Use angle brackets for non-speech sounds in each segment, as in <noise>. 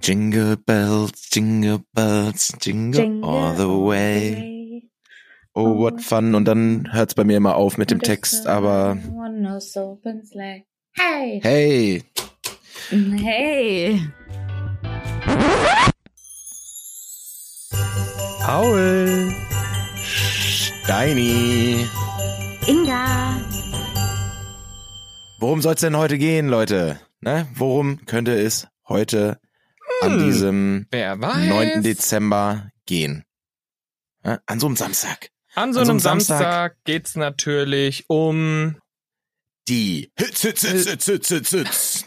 Jingle bells, jingle bells, jingle, all the way. Oh, what fun. Und dann hört's bei mir immer auf mit dem Text, aber Hey. hey, Hey. Paul, Steini. Inga. Worum soll's denn heute gehen, Leute? Ne? Worum könnte es heute an diesem Wer Hm. weiß? 9. Dezember gehen? Ne? An so einem Samstag. An so an so einem einem Samstag, also Samstag. geht's natürlich <laughs> um Die Hits, Hits, Hits, Hits, Hits, Hits, Hits.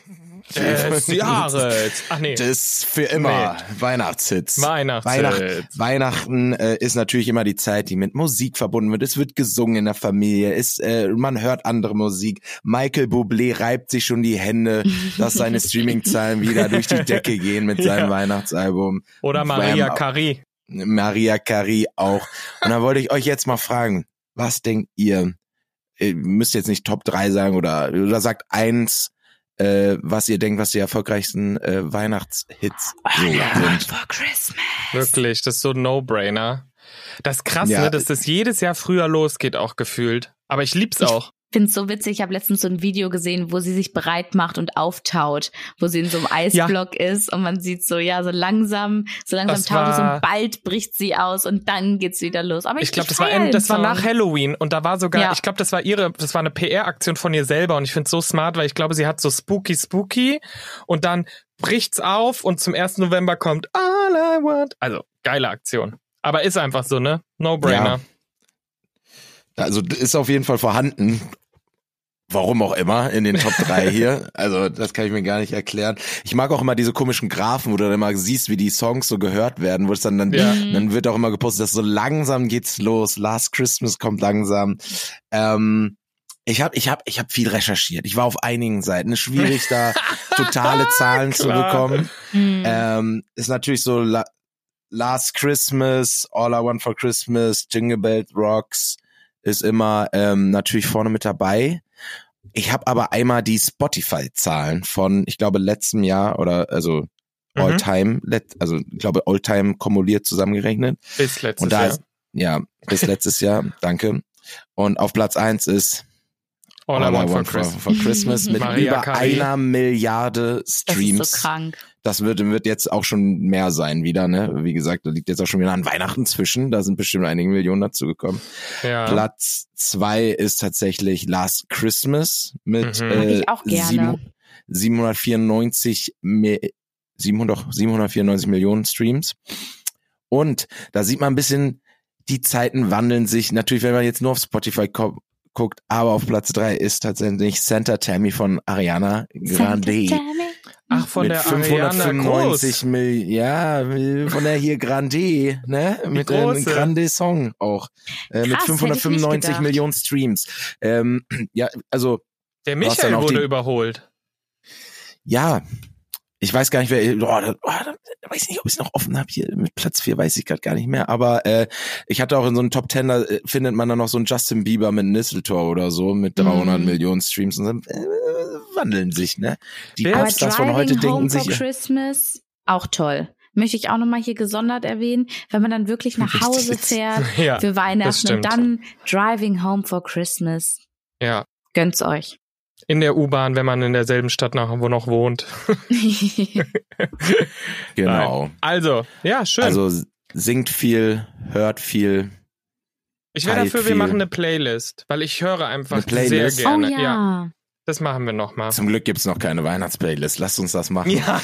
des Jahres. Ach nee, Das für immer Weihnachtshits. Weihnachts. Weihnacht, Weihnachten äh, ist natürlich immer die Zeit, die mit Musik verbunden wird. Es wird gesungen in der Familie, ist, äh, man hört andere Musik. Michael Bublé reibt sich schon die Hände, dass seine <laughs> Streaming-Zahlen wieder durch die Decke gehen mit seinem Ja. Weihnachtsalbum. Oder Maria Wham. Carey. Maria Carey auch. Und da wollte ich euch jetzt mal fragen, was denkt ihr? Ihr müsst jetzt nicht Top 3 sagen oder, oder sagt eins, äh, was ihr denkt, was die erfolgreichsten äh, Weihnachtshits so sind. for Christmas. Wirklich, das ist so ein No-Brainer. Das krass, Ja. ne, dass das jedes Jahr früher losgeht, auch gefühlt. Aber ich lieb's auch. Find's so witzig. Ich habe letztens so ein Video gesehen, wo sie sich bereit macht und auftaut, wo sie in so einem Eisblock ist und man sieht so, ja, so langsam, so langsam Das taut es war- und bald bricht sie aus und dann geht's wieder los. Aber ich, Ich glaube, ich das war feier en- den das war Song. nach Halloween und da war sogar, Ja. ich glaube, das war ihre, das war eine PR-Aktion von ihr selber und ich finde so smart, weil ich glaube, sie hat so spooky spooky und dann bricht's auf und zum 1. November kommt All I Want. Also geile Aktion, aber ist einfach so ne, No Brainer. Also ist auf jeden Fall vorhanden. Warum auch immer in den Top <laughs> 3 hier. Also das kann ich mir gar nicht erklären. Ich mag auch immer diese komischen Graphen, wo du dann immer siehst, wie die Songs so gehört werden, wo es dann, dann, Ja. Mhm. äh, Mhm. dann wird auch immer gepostet, dass so langsam geht's los. Last Christmas kommt langsam. Ähm, ich habe ich hab, ich hab viel recherchiert. Ich war auf einigen Seiten. Ist schwierig, da <laughs> totale Zahlen zu Klar. bekommen. Mhm. Ähm, ist natürlich so La Last Christmas, All I Want for Christmas, Jingle Bell Rocks ist immer ähm, natürlich vorne mit dabei. Ich habe aber einmal die Spotify-Zahlen von, ich glaube, letztem Jahr oder also Mhm. All-Time, let- also ich glaube All-Time kumuliert zusammengerechnet. Bis letztes Und da Jahr. ist, ja, bis letztes <laughs> Jahr, danke. Und auf Platz eins ist All, I Want for Christmas. for Christmas mit Maria über Carey. einer Milliarde das Streams. ist so krank. Das wird, wird jetzt auch schon mehr sein wieder, ne? Wie gesagt, da liegt jetzt auch schon wieder an Weihnachten zwischen. Da sind bestimmt einige Millionen dazugekommen. Ja. Platz zwei ist tatsächlich Last Christmas mit Mhm. Mag äh, ich auch gerne. sieben- 794, Me- 700, 794 Millionen Streams. Und da sieht man ein bisschen, die Zeiten wandeln sich. Natürlich, wenn man jetzt nur auf Spotify ko- guckt, aber auf Platz drei ist tatsächlich Santa Tammy von Ariana Grande Ach von mit der Ariana Groß. 595 Millionen, ja, von der hier Grande, ne, mit dem große. Grande Song auch, äh, mit Krass, hätte ich nicht 595 gedacht. Millionen Streams. Ähm, ja, also Der Du hast dann Michael auch die- wurde überholt. <laughs> ja, ich weiß gar nicht, wer, boah, da, boah, da, da weiß ich nicht, ob ich es noch offen habe hier mit Platz vier weiß ich gerade gar nicht mehr, aber äh, ich hatte auch in so einem Top Ten, da äh, findet man dann noch so einen Justin Bieber mit Mistletoe oder so mit 300 Mhm. Millionen Streams und dann äh, wandeln sich, ne? Die Wer- Aber Popstars von heute Driving denken Home sich, äh, for Christmas, auch toll. Möchte ich auch nochmal hier gesondert erwähnen, wenn man dann wirklich nach Richtig. Hause fährt Ja, für Weihnachten und stimmt. dann Driving Home for Christmas. ja. <laughs> Gönnt's euch. In der U-Bahn, wenn man in derselben Stadt nach, wo noch wohnt. genau. Also, ja, schön. Also singt viel, hört viel. Ich wäre Halt dafür, viel. wir machen eine Playlist, weil ich höre einfach Eine Playlist? sehr oh gerne. ja. das machen <laughs> wir nochmal. Zum Glück gibt's noch keine Weihnachtsplaylist. Lasst uns das machen. Ja.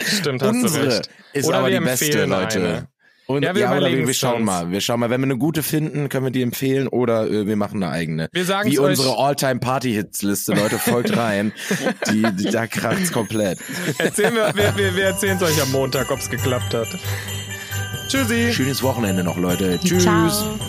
<laughs> Stimmt, hast du Unsere recht. ist Oder aber die wir beste, empfehlen Leute. eine. Und, ja, Ja, wir wir, oder wir, überlegen's wir schauen uns. mal. Wir schauen mal, wenn wir eine gute finden, können wir die empfehlen oder äh, wir machen eine eigene. Wir sagen Wie es unsere <laughs> euch. All-Time-Party-Hits-Liste, Leute, folgt rein. <laughs> die, die, da kracht's komplett. Erzählen wir, wir, wir, wir erzählen es euch am Montag, ob es geklappt hat. Tschüssi. Schönes Wochenende noch, Leute. Tschüss. Ciao.